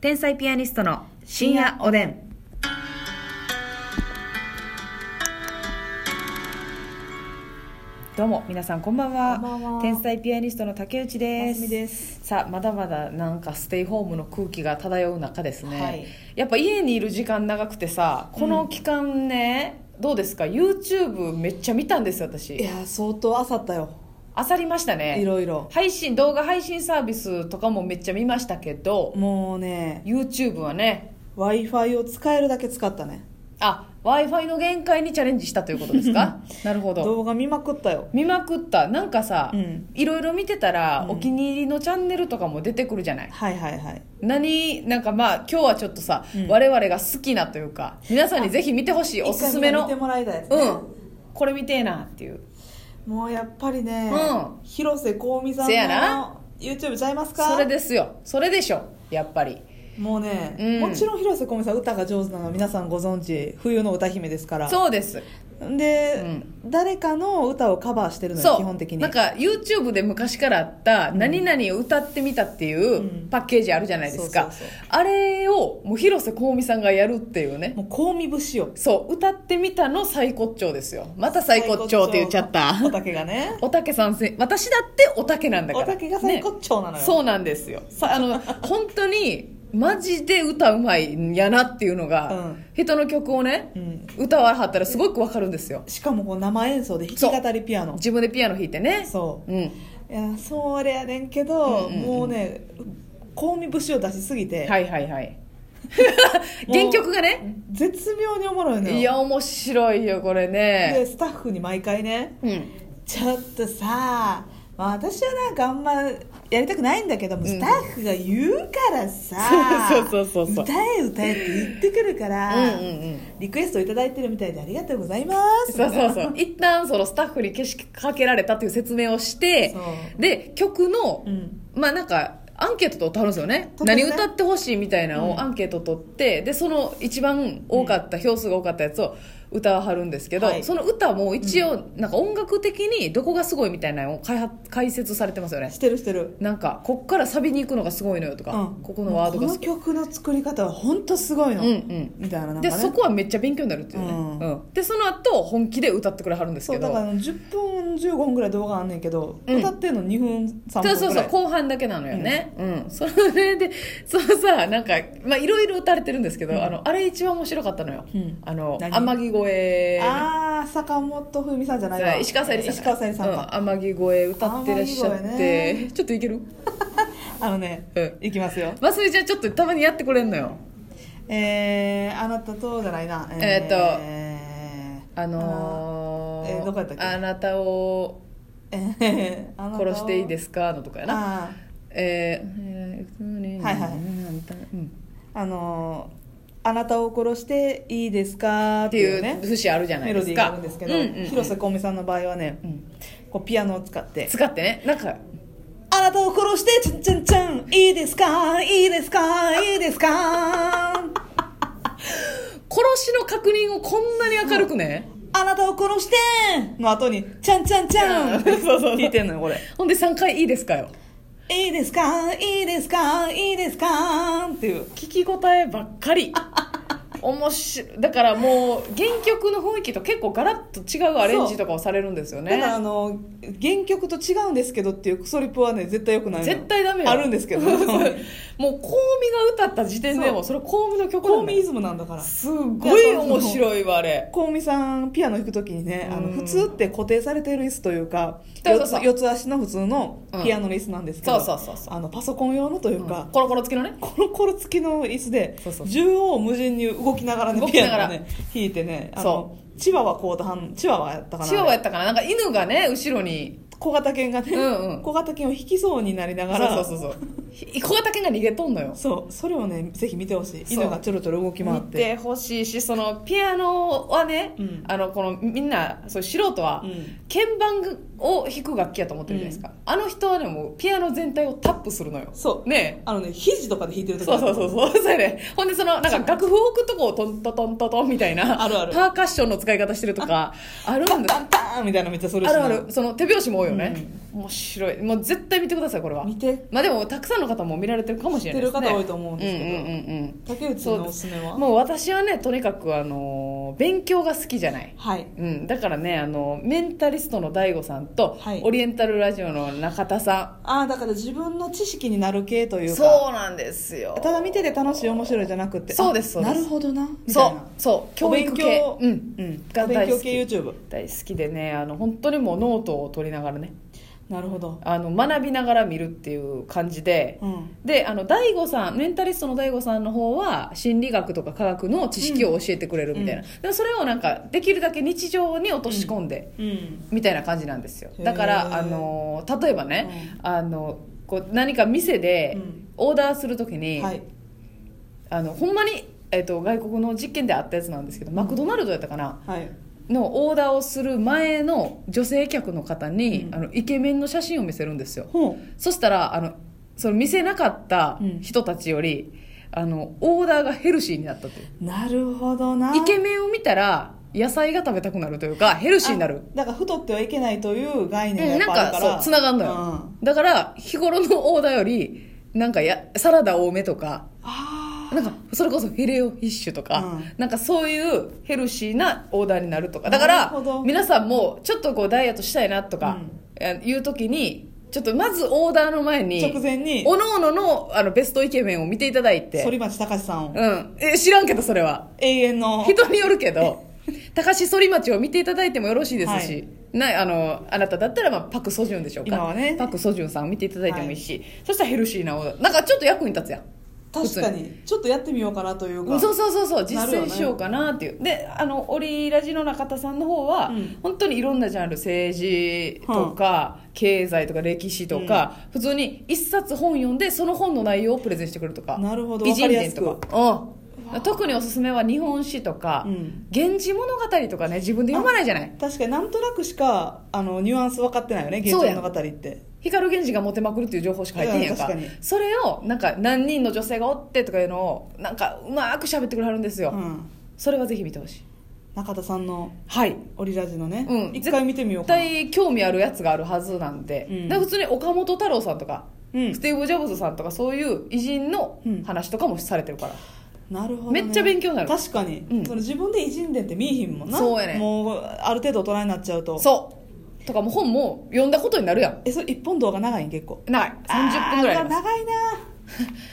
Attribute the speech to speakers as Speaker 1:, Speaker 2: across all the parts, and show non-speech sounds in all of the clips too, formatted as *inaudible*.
Speaker 1: 天才ピアニストの深夜おでん。どうも皆さんこんばんは。
Speaker 2: こんばんは
Speaker 1: 天才ピアニストの竹内です。
Speaker 2: ますみです
Speaker 1: さあまだまだなんかステイホームの空気が漂う中ですね。
Speaker 2: はい
Speaker 1: やっぱ家にいる時間長くてさ、この期間ね、どうですか YouTube めっちゃ見たんですよ
Speaker 2: い
Speaker 1: 私。
Speaker 2: や相当あさったよ
Speaker 1: あさりましたね。
Speaker 2: いろいろ
Speaker 1: 配信動画配信サービスとかもめっちゃ見ましたけど
Speaker 2: もうね
Speaker 1: YouTube はね
Speaker 2: w i f i を使えるだけ使ったね
Speaker 1: あ w i f i の限界にチャレンジしたということです
Speaker 2: *laughs*
Speaker 1: かなるほど
Speaker 2: 動画見まくったよ
Speaker 1: 見まくったなんかさ、
Speaker 2: うん
Speaker 1: いろいろ見てたら、
Speaker 2: う
Speaker 1: お
Speaker 2: ん
Speaker 1: 気に入りのチャンネルとかも出てくるじゃない
Speaker 2: はいはいはい
Speaker 1: 何なんかまあ今日はちょっとさ、
Speaker 2: うん
Speaker 1: 我々が好きなというか皆さんにぜひ見てほしいおすすめ
Speaker 2: 一回みんな見て
Speaker 1: の
Speaker 2: もらいたいやつね
Speaker 1: うんこれ見てえなっていう
Speaker 2: もうやっぱりね、
Speaker 1: う
Speaker 2: 広瀬香美さん
Speaker 1: せやな
Speaker 2: の YouTube ちゃいますか
Speaker 1: それですよそれでしょやっぱり
Speaker 2: もうね、
Speaker 1: うん
Speaker 2: もちろん広瀬香美さん歌が上手なのは皆さんご存知冬の歌姫ですから
Speaker 1: そうです
Speaker 2: で、誰かの歌をカバーしてるの
Speaker 1: そ
Speaker 2: よ
Speaker 1: う
Speaker 2: 基本的に
Speaker 1: なんか YouTube で昔からあった「何々を歌ってみた」っていううんパッケージあるじゃないですか、
Speaker 2: そうそうそう
Speaker 1: あれをもう広瀬香美さんがやるっていうね
Speaker 2: もう香美節よ
Speaker 1: そう歌ってみたの最骨頂ですよまた最骨頂って言っちゃった
Speaker 2: おたけがね
Speaker 1: おたけさんせ私だっておたけなんだか
Speaker 2: お
Speaker 1: ら
Speaker 2: たけが最骨頂なの
Speaker 1: ね
Speaker 2: よ、
Speaker 1: そうなんですよさあの本当にマジで歌うまいんやなっていうのが、
Speaker 2: うん
Speaker 1: 人の曲をね、
Speaker 2: うん
Speaker 1: 歌わはったらすごくわかるんですよ
Speaker 2: しかもこう生演奏で弾き語りピアノ
Speaker 1: 自分でピアノ弾いてね
Speaker 2: そう
Speaker 1: うん
Speaker 2: いやそうあれやねんけど、
Speaker 1: うんうんうん
Speaker 2: もうね香味節を出しすぎて、
Speaker 1: はいはいはい *laughs*
Speaker 2: もう
Speaker 1: 原曲がね
Speaker 2: 絶妙におもろいのよ
Speaker 1: いや面白いよこれ
Speaker 2: で
Speaker 1: ね
Speaker 2: スタッフに毎回ね
Speaker 1: うん
Speaker 2: 「ちょっとさ、まあ、私はなんかあんまやりたくないんだけども、
Speaker 1: ん
Speaker 2: スタッフが言うからさ
Speaker 1: そうそうそうそうそう
Speaker 2: 歌え歌えって言ってくるから
Speaker 1: うんうんうん
Speaker 2: リクエスト頂いただいてるみたいでありがとうございま
Speaker 1: そう
Speaker 2: す
Speaker 1: そう
Speaker 2: *laughs*
Speaker 1: そう一旦そのスタッフにけしかけられたという説明をして
Speaker 2: そう
Speaker 1: で曲の、
Speaker 2: うん
Speaker 1: まあなんかアンケート取ってはるんですよね
Speaker 2: 取って
Speaker 1: 何
Speaker 2: るね
Speaker 1: 歌ってほしいみたいなの
Speaker 2: う
Speaker 1: を
Speaker 2: ん
Speaker 1: アンケート取って、でその一番多かった、票数が多かったやつを歌わはるんですけど、
Speaker 2: はい
Speaker 1: その歌も一応なんか音楽的にどこがすごいみたいなのを開発解説されてますよね
Speaker 2: してるしてる
Speaker 1: なんかこっからサビに行くのがすごいのよとか、
Speaker 2: うん
Speaker 1: ここのワードが
Speaker 2: も
Speaker 1: す
Speaker 2: うこの
Speaker 1: ごい
Speaker 2: 曲の作り方は本当すごいの、
Speaker 1: うんうん
Speaker 2: みたいななんか、
Speaker 1: で
Speaker 2: ね、
Speaker 1: そこはめっちゃ勉強になるっていうね、
Speaker 2: うん
Speaker 1: うんでその後本気で歌ってくれはるんです
Speaker 2: そ
Speaker 1: け
Speaker 2: う
Speaker 1: ど
Speaker 2: だから10分15分ぐらい動画あんねんけど、
Speaker 1: うん
Speaker 2: 歌ってんの2分
Speaker 1: そ
Speaker 2: 3分ぐら
Speaker 1: う
Speaker 2: い
Speaker 1: そうそう後半だけなのよねうん、それで *laughs* そのさなんかまあいろいろ歌われてるんですけど、
Speaker 2: うん
Speaker 1: あのあれ一番面白かったのよ、
Speaker 2: うん
Speaker 1: あの
Speaker 2: 何
Speaker 1: 天城越え
Speaker 2: ああ坂本冬美さんじゃないわ
Speaker 1: 石川さゆりさん
Speaker 2: 石川さゆりさんか、
Speaker 1: うん、天城越え歌ってらっしゃって、
Speaker 2: 天城越えね
Speaker 1: ちょっといける
Speaker 2: あのね
Speaker 1: うん
Speaker 2: いきますよ
Speaker 1: ますみちゃんちょっとたまにやってくれんのよ
Speaker 2: えー、あなたとじゃないなえ
Speaker 1: えーっと
Speaker 2: え
Speaker 1: あのー
Speaker 2: あーえーどこやったっけ
Speaker 1: あなたを
Speaker 2: ーえーあなたを
Speaker 1: 殺していいですかのとかやな
Speaker 2: あ
Speaker 1: えー、
Speaker 2: はいはい
Speaker 1: うん
Speaker 2: ーあのーあなたを殺していいですか
Speaker 1: っ
Speaker 2: ってて
Speaker 1: い
Speaker 2: いううね
Speaker 1: 節あるじゃな
Speaker 2: メ
Speaker 1: いで
Speaker 2: ロデ
Speaker 1: す
Speaker 2: ィーがあ
Speaker 1: か
Speaker 2: るんですけど、
Speaker 1: うんうんうん
Speaker 2: 広瀬香美さんの場合はね
Speaker 1: うん
Speaker 2: こうピアノを使って
Speaker 1: 使ってねなんか
Speaker 2: あなたを殺してちゃんちゃんちゃんいいですかいいですかいいですか
Speaker 1: 殺しの確認をこんなに明るくね、
Speaker 2: あなたを殺しての後にちゃんちゃんちゃん
Speaker 1: そうそうそう
Speaker 2: 聞いてんのよこれ
Speaker 1: ほんで3回いいですかよ
Speaker 2: いいですかいいですかいいですかっていう
Speaker 1: 聞き応えばっかり *laughs* 面白いだからもう原曲の雰囲気と結構ガラッと違うアレンジとかをされるんですよ
Speaker 2: だ
Speaker 1: ね
Speaker 2: からあの原曲と違うんですけどっていうクソリップはね絶対よくないの
Speaker 1: 絶対ダメよ
Speaker 2: あるんです *laughs* けど
Speaker 1: *laughs* そうもう
Speaker 2: 香
Speaker 1: コウミが歌った時点でもそれコウミの曲なんだ
Speaker 2: 美イズムなんだから
Speaker 1: すごい面白いわあれ
Speaker 2: 香美さんピアノ弾く時にねあの
Speaker 1: うん
Speaker 2: 普通って固定されてる椅子というか
Speaker 1: そう
Speaker 2: 四
Speaker 1: そうそう
Speaker 2: つ四つ足の普通のピアノの椅子なんですけど、
Speaker 1: うんそうそうそうそう
Speaker 2: あのパソコン用のというか、
Speaker 1: コロコロ付きのね
Speaker 2: コロコロ付きの椅子で
Speaker 1: そうそう
Speaker 2: 縦横無尽に動きながらね
Speaker 1: 動き
Speaker 2: ピ
Speaker 1: なが
Speaker 2: アノ
Speaker 1: ら
Speaker 2: をね弾いてねあ
Speaker 1: そ
Speaker 2: のチワワこうたはんチワワやったかな
Speaker 1: チワワやったかななんか犬がね後ろに
Speaker 2: 小型犬がね、
Speaker 1: うんうん
Speaker 2: 小型犬を引きそうになりな
Speaker 1: そ
Speaker 2: が
Speaker 1: う
Speaker 2: ら
Speaker 1: そうそうそうひ小型犬が逃げとんのよ
Speaker 2: そうそれをねぜひ見てほしい
Speaker 1: そう
Speaker 2: 犬がちょろちょろ動き回っ
Speaker 1: 見
Speaker 2: て
Speaker 1: てほしいしそのピアノはね、
Speaker 2: うん
Speaker 1: あのこのみんなそう素人は、
Speaker 2: うん
Speaker 1: 鍵盤を弾く楽器やと思ってるじゃないですか、あの人はねもうピアノ全体をタップするのよ
Speaker 2: そう
Speaker 1: ね
Speaker 2: あのね肘とかで弾いてる
Speaker 1: え
Speaker 2: 時
Speaker 1: そうそうそうそう *laughs* それでほんでそのなんか楽譜を置くとこをトントトントトンみたいな
Speaker 2: あるある
Speaker 1: パーカッションの使い方してるとかあるんです
Speaker 2: パンパンみたいなのめっちゃそれ
Speaker 1: あるあるその手拍子も多いよね、面白いもう絶対見てくださいこれは
Speaker 2: 見て
Speaker 1: まあでもたくさんの方も見られてるかもし
Speaker 2: 知っ
Speaker 1: れ
Speaker 2: て
Speaker 1: ないですね
Speaker 2: る方多いと思うんですけど、
Speaker 1: うんうんうんうん
Speaker 2: 竹内のおすすめは
Speaker 1: もう私はねとにかくあの勉強が好きじゃない、
Speaker 2: はい
Speaker 1: うん、だからねあのメンタリストの DAIGO さんと、
Speaker 2: はい
Speaker 1: オリエンタルラジオの中田さ
Speaker 2: ああだから自分の知識になる系とい
Speaker 1: ん
Speaker 2: うか
Speaker 1: そうなんですよ
Speaker 2: ただ見てて楽しい面白いじゃなくて
Speaker 1: そうです
Speaker 2: あ
Speaker 1: そうです
Speaker 2: なるほどなみたい
Speaker 1: そ
Speaker 2: な
Speaker 1: うそう
Speaker 2: お
Speaker 1: 教
Speaker 2: 勉
Speaker 1: 育
Speaker 2: 強
Speaker 1: 系うん
Speaker 2: うん
Speaker 1: が
Speaker 2: お
Speaker 1: 大
Speaker 2: 勉
Speaker 1: 好
Speaker 2: 強
Speaker 1: き
Speaker 2: 系 YouTube
Speaker 1: 大好きでねあの本当にもうノートを取りながらね
Speaker 2: なるほど、
Speaker 1: あの学びながら見るっていう感じで、
Speaker 2: うん、
Speaker 1: であの大悟さんメンタリストの大悟さんの方は心理学とか科学の知識を教えてくれるみたいな、
Speaker 2: うん
Speaker 1: でもそれをなんかできるだけ日常に落とし込んで、
Speaker 2: うん
Speaker 1: みたいな感じなんですよ
Speaker 2: へー
Speaker 1: だからあの例えばね、あのこう何か店で
Speaker 2: うん
Speaker 1: オーダーするときに、
Speaker 2: はい
Speaker 1: あのほんまに、えっと外国の実験であったやつなんですけど、マクドナルドやったかな
Speaker 2: はい
Speaker 1: のオーダーをする前の女性客の方に、
Speaker 2: うん
Speaker 1: あのイケメンの写真を見せるんですよ
Speaker 2: ほ
Speaker 1: そしたらあのその見せなかった人たちより、あのオーダーがヘルシーになったという
Speaker 2: うなるほどな
Speaker 1: イケメンを見たら野菜が食べたくなるというかヘルシーになる
Speaker 2: あだから太ってはいけないという概
Speaker 1: う
Speaker 2: 念
Speaker 1: ん、
Speaker 2: が
Speaker 1: な
Speaker 2: や
Speaker 1: ん
Speaker 2: っぱある
Speaker 1: か
Speaker 2: から、
Speaker 1: そうつながんのよ、
Speaker 2: あ
Speaker 1: だから日頃のオーダーよりなんかやサラダ多めとか
Speaker 2: あ
Speaker 1: なんかそれこそフィレオフィッシュとか、
Speaker 2: うん
Speaker 1: なんかそういうヘルシーなオーダーになるとかだか
Speaker 2: な
Speaker 1: ら
Speaker 2: るほど
Speaker 1: 皆さんもちょっとこうダイエットしたいなとか
Speaker 2: うん
Speaker 1: えいう時にちょっとまずオーダーの前に
Speaker 2: 直前に
Speaker 1: おのおののあのベストイケメンを見ていただいて、
Speaker 2: 反町隆史さんを
Speaker 1: うん、え知らんけどそれは
Speaker 2: 永遠の
Speaker 1: 人によるけど高橋反町を見ていただいてもよろしいですし、
Speaker 2: はい
Speaker 1: なあのあなただったら、まあ、パク・ソジュンでしょうか
Speaker 2: 今はね
Speaker 1: パク・ソジュンさんを見ていただいてもいいし、そしたらヘルシーなオーダーなんかちょっと役に立つやん
Speaker 2: 確かにちょっとやってみようかなというか
Speaker 1: そうそうそうそう実
Speaker 2: なるよね
Speaker 1: 践しようかなっていう、であのオリラジの中田さんの方は、
Speaker 2: うん
Speaker 1: 本当にいろんなジャンル政治とか、経済とか歴史とか、普通に一冊本読んでその本の内容をプレゼンしてくるとか
Speaker 2: なるほど
Speaker 1: 偉人
Speaker 2: わかりや
Speaker 1: 伝
Speaker 2: すく
Speaker 1: とか、うん、特におすすめは日本史とか、
Speaker 2: うん
Speaker 1: 源氏物語とかね自分で読まないじゃない
Speaker 2: 確かになんとなくしかあのニュアンス分かってないよね現
Speaker 1: そうや
Speaker 2: 状の語りって
Speaker 1: 光源氏がモテまくるっていう情報しか入ってへんやんか,、
Speaker 2: うん確かに
Speaker 1: それをなんか何人の女性がおってとかいうのをなんかうまく喋ってくれはるんですよ、
Speaker 2: うん
Speaker 1: それはぜひ見てほしい
Speaker 2: 中田さんの
Speaker 1: はい
Speaker 2: オリラジのね、
Speaker 1: うん
Speaker 2: 一回見てみよう
Speaker 1: 絶
Speaker 2: かな
Speaker 1: 対興味あるやつがあるはずなんで、
Speaker 2: うん
Speaker 1: だから普通に岡本太郎さんとか、
Speaker 2: うん
Speaker 1: スティーブ・ジョブズさんとかそういう偉人の
Speaker 2: うん
Speaker 1: 話とかもされてるから、
Speaker 2: なるほど、
Speaker 1: めっちゃ勉強になる
Speaker 2: 確かに、
Speaker 1: うん
Speaker 2: その自分で偉人伝って見えひんもんな
Speaker 1: そうやねん
Speaker 2: もうある程度大人になっちゃうと
Speaker 1: そうとかもう本も読んだことになるやん
Speaker 2: えそれ一本動画長いん結構
Speaker 1: 長い30分ぐらいあ
Speaker 2: あー
Speaker 1: ります
Speaker 2: 長いな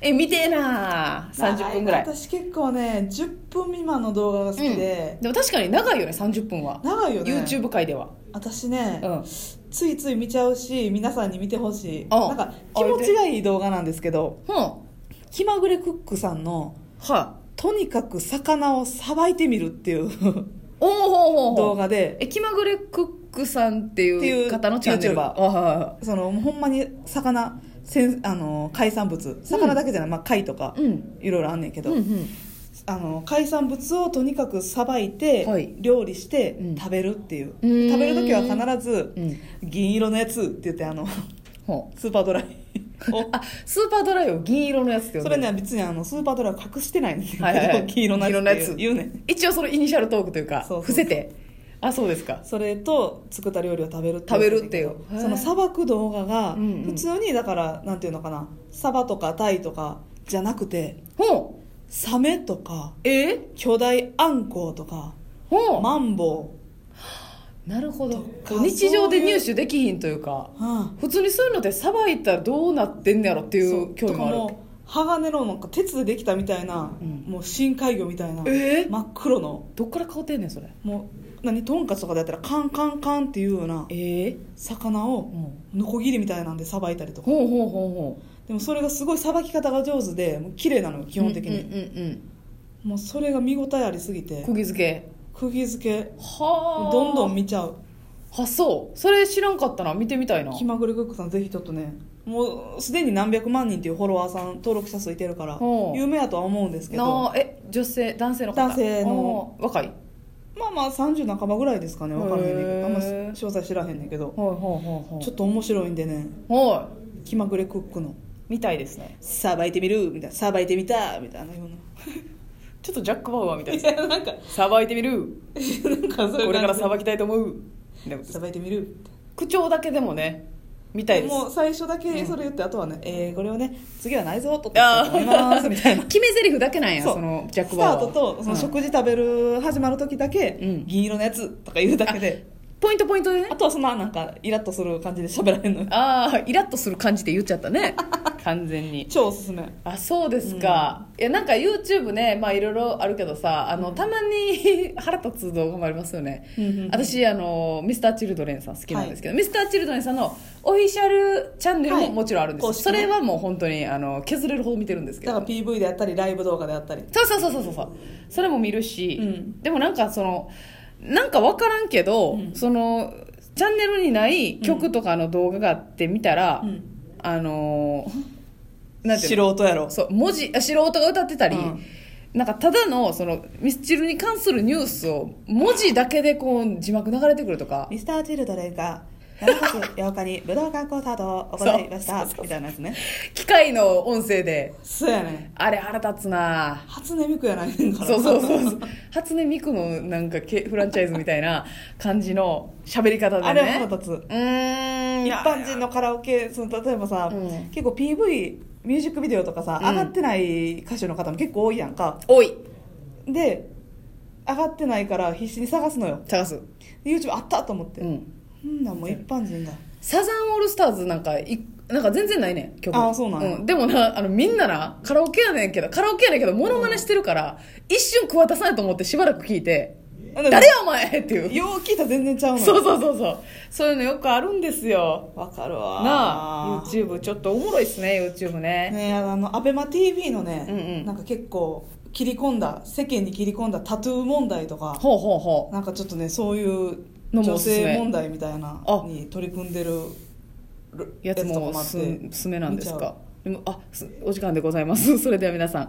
Speaker 1: え見てえな30分ぐらい
Speaker 2: 長な私結構ね10分未満の動画が好きで
Speaker 1: うん、、でも確かに長いよね30分は、
Speaker 2: 長いよね
Speaker 1: YouTube 界では
Speaker 2: 私ね、
Speaker 1: うん
Speaker 2: ついつい見ちゃうし皆さんに見てほしい
Speaker 1: あ
Speaker 2: なんか気持ちがいい動画なんですけど
Speaker 1: うんは
Speaker 2: 気まぐれクックさんの
Speaker 1: あ
Speaker 2: とにかく魚をさばいてみるっていう
Speaker 1: おおほうほうほ
Speaker 2: 動
Speaker 1: う
Speaker 2: 画で
Speaker 1: え気まぐれクックさんって
Speaker 2: って
Speaker 1: い
Speaker 2: いうう
Speaker 1: 方のチャンネル
Speaker 2: YouTuber
Speaker 1: あはいはいはい
Speaker 2: そのほんまに魚せんあの海産物魚だけじゃない、まあ、貝とか、
Speaker 1: うん
Speaker 2: いろいろあんねんけど、
Speaker 1: うんうん
Speaker 2: あの海産物をとにかくさばいて、
Speaker 1: はい
Speaker 2: 料理して
Speaker 1: うん
Speaker 2: 食べるっていう、
Speaker 1: ーん
Speaker 2: 食べる時は必ず
Speaker 1: うん
Speaker 2: 銀色のやつって言ってあの
Speaker 1: ほう
Speaker 2: スーパードライ *laughs* を
Speaker 1: あスーパードライを銀色のやつって呼ん
Speaker 2: そ
Speaker 1: で
Speaker 2: れ
Speaker 1: る
Speaker 2: には別にあのスーパードライは隠してないんですけど、
Speaker 1: はいはいはい
Speaker 2: 銀色のやつっていう言うねん
Speaker 1: 一応そのイニシャルトークというか
Speaker 2: そうそうそう
Speaker 1: 伏せてあそうですか
Speaker 2: それと作った料理を食べるって
Speaker 1: 食べるっていうへー
Speaker 2: そのさばく動画が
Speaker 1: うんうん
Speaker 2: 普通にだからなんていうのかなサバとかタイとかじゃなくて
Speaker 1: ほう
Speaker 2: サメとか
Speaker 1: えー
Speaker 2: 巨大アンコウとか
Speaker 1: ほう、
Speaker 2: マンボ
Speaker 1: なるほど
Speaker 2: とか
Speaker 1: 日常で入手できひんというか
Speaker 2: ウ、うん、
Speaker 1: 普通にそういうのってさばいたらどうなってんねやろってい
Speaker 2: そう
Speaker 1: 興味もあ
Speaker 2: と
Speaker 1: る
Speaker 2: かもう鋼のなんか鉄でできたみたいな、
Speaker 1: うん
Speaker 2: もう深海魚みたいな、
Speaker 1: えー
Speaker 2: 真っ黒の
Speaker 1: どっから買うてんねんそれ
Speaker 2: もう何トンカツとかでやったらカンカンカンっていうような
Speaker 1: ええ
Speaker 2: 魚
Speaker 1: う
Speaker 2: を
Speaker 1: ん
Speaker 2: ノコギリみたいなんでさばいたりとか
Speaker 1: ほうほうほうほう
Speaker 2: でもそれがすごいさばき方が上手でもう綺麗なのよ基本的に、
Speaker 1: うんうんうん
Speaker 2: もうそれが見応えありすぎて
Speaker 1: うん釘付け
Speaker 2: 釘付け
Speaker 1: はあ
Speaker 2: どんどん見ちゃう
Speaker 1: あそうそれ知らんかったな見てみたいな
Speaker 2: 気まぐれクックさんぜひちょっとねもうすでに何百万人っていうフォロワーさん登録者数いてるから
Speaker 1: ほう
Speaker 2: 有名やとは思うんですけど
Speaker 1: なえ女性男性の方
Speaker 2: 男性の
Speaker 1: あー若い
Speaker 2: まあまあ30半ばぐらいですかね分からへんねんけ
Speaker 1: へー
Speaker 2: どあんま詳細知らへんねんけど
Speaker 1: はいはいはいはい
Speaker 2: ちょっと面白いんでね
Speaker 1: は
Speaker 2: 気まぐれクックの
Speaker 1: いみたいですね
Speaker 2: 「さばいてみる」みたいな「さばいてみた」みたいなような
Speaker 1: ちょっとジャック・バウアーみたい
Speaker 2: い
Speaker 1: です
Speaker 2: やなんか
Speaker 1: さばいてみる
Speaker 2: なんかそ
Speaker 1: これからさ
Speaker 2: さば
Speaker 1: ばきたいと思うでも
Speaker 2: さばいてみる
Speaker 1: 口調だけでもねみたいです
Speaker 2: も
Speaker 1: *laughs*
Speaker 2: う最初だけそれ言って、あとはね、えー、これをね次はないぞと
Speaker 1: あ
Speaker 2: か思いますみたいな
Speaker 1: 決め台詞だけなんや
Speaker 2: *laughs* そ
Speaker 1: そうのジャック・
Speaker 2: ス
Speaker 1: バ
Speaker 2: タ
Speaker 1: ウアー
Speaker 2: ー
Speaker 1: は
Speaker 2: トとそ
Speaker 1: う
Speaker 2: の
Speaker 1: ん
Speaker 2: 食事食べる始まる時だけ、
Speaker 1: うん
Speaker 2: 銀色のやつとか言うだけで
Speaker 1: ポイントポイントでね
Speaker 2: あとはそのなんかイラッとする感じで喋られるのよ
Speaker 1: ああイラッとする感じで言っちゃった *laughs* ね完全に
Speaker 2: 超おすすめ
Speaker 1: あそうですか、いやなんか YouTube ねまあいろいろあるけどさあのたまに *laughs* 腹立つ動画もありますよね、
Speaker 2: うんうんうん
Speaker 1: 私あの Mr.Children さん好きなんですけど、Mr.Children さんのオフィシャルチャンネル
Speaker 2: は
Speaker 1: も
Speaker 2: い
Speaker 1: もちろんあるんです、
Speaker 2: 公式
Speaker 1: そ
Speaker 2: の
Speaker 1: れはもう本当にあの削れるほど見てるんですけ
Speaker 2: だ
Speaker 1: ど
Speaker 2: から PV であったりライブ動画であったり
Speaker 1: そうそうそうそうそうそうそれも見るし、
Speaker 2: うん
Speaker 1: でもなんかそのなんか分からんけど、
Speaker 2: うん
Speaker 1: そのチャンネルにない曲とかの動画があって見たら、
Speaker 2: うん
Speaker 1: あのーなんて
Speaker 2: 素
Speaker 1: いうの
Speaker 2: 人やろ
Speaker 1: そう文字あ素人が歌ってたり、
Speaker 2: うん
Speaker 1: なんかただのそのミスチルに関するニュースを文字だけでこう字幕流れてくるとか
Speaker 2: ミスターチルドレンが7月8日に武道館コンサートを行いまし
Speaker 1: そう
Speaker 2: た
Speaker 1: そうそうそう
Speaker 2: みたいなやつね
Speaker 1: 機械の音声で
Speaker 2: そうやね
Speaker 1: あれ腹立つな
Speaker 2: 初音ミクやないねんから
Speaker 1: そうそうそうそう初音ミクのなんかけフランチャイズみたいな感じの喋り方でね
Speaker 2: *laughs* あれは腹立つ
Speaker 1: うーん
Speaker 2: 一般人のカラオケその例えばさ、
Speaker 1: うん
Speaker 2: 結構 PV ミュージックビデオとかさ、
Speaker 1: うん
Speaker 2: 上がってない歌手の方も結構多いやんか
Speaker 1: 多い
Speaker 2: で上がってないから必死に探すのよ
Speaker 1: 探す
Speaker 2: で YouTube あったと思って、
Speaker 1: う
Speaker 2: うん、
Speaker 1: ん
Speaker 2: なんもう一般人だ
Speaker 1: サザンオールスターズなんかいなんか全然ないねん曲
Speaker 2: あーそうなんや
Speaker 1: でもなあのみんななカラオケやねんけどカラオケやねんけどモノマネしてるから、一瞬桑田さんやと思ってしばらく聞いて「誰やお前!」っていう
Speaker 2: よう聞いたら全然ちゃうの
Speaker 1: そうそうそうそうそういうのよくあるんですよ
Speaker 2: わかるわ
Speaker 1: なあ
Speaker 2: あ
Speaker 1: YouTube ちょっとおもろいっすね YouTube ね
Speaker 2: ねあのアベマ t v のね、
Speaker 1: うんうん
Speaker 2: なんか結構切り込んだ世間に切り込んだタトゥー問題とか
Speaker 1: ほうほうほう
Speaker 2: なんかちょっとねそういう
Speaker 1: のも
Speaker 2: 女
Speaker 1: おすすめ
Speaker 2: 性問題みたいな
Speaker 1: あ
Speaker 2: に取り組んでる
Speaker 1: やつも
Speaker 2: あ
Speaker 1: すすめなんです
Speaker 2: 見ちゃ
Speaker 1: かでもあすお時間でございます *laughs* それでは皆さん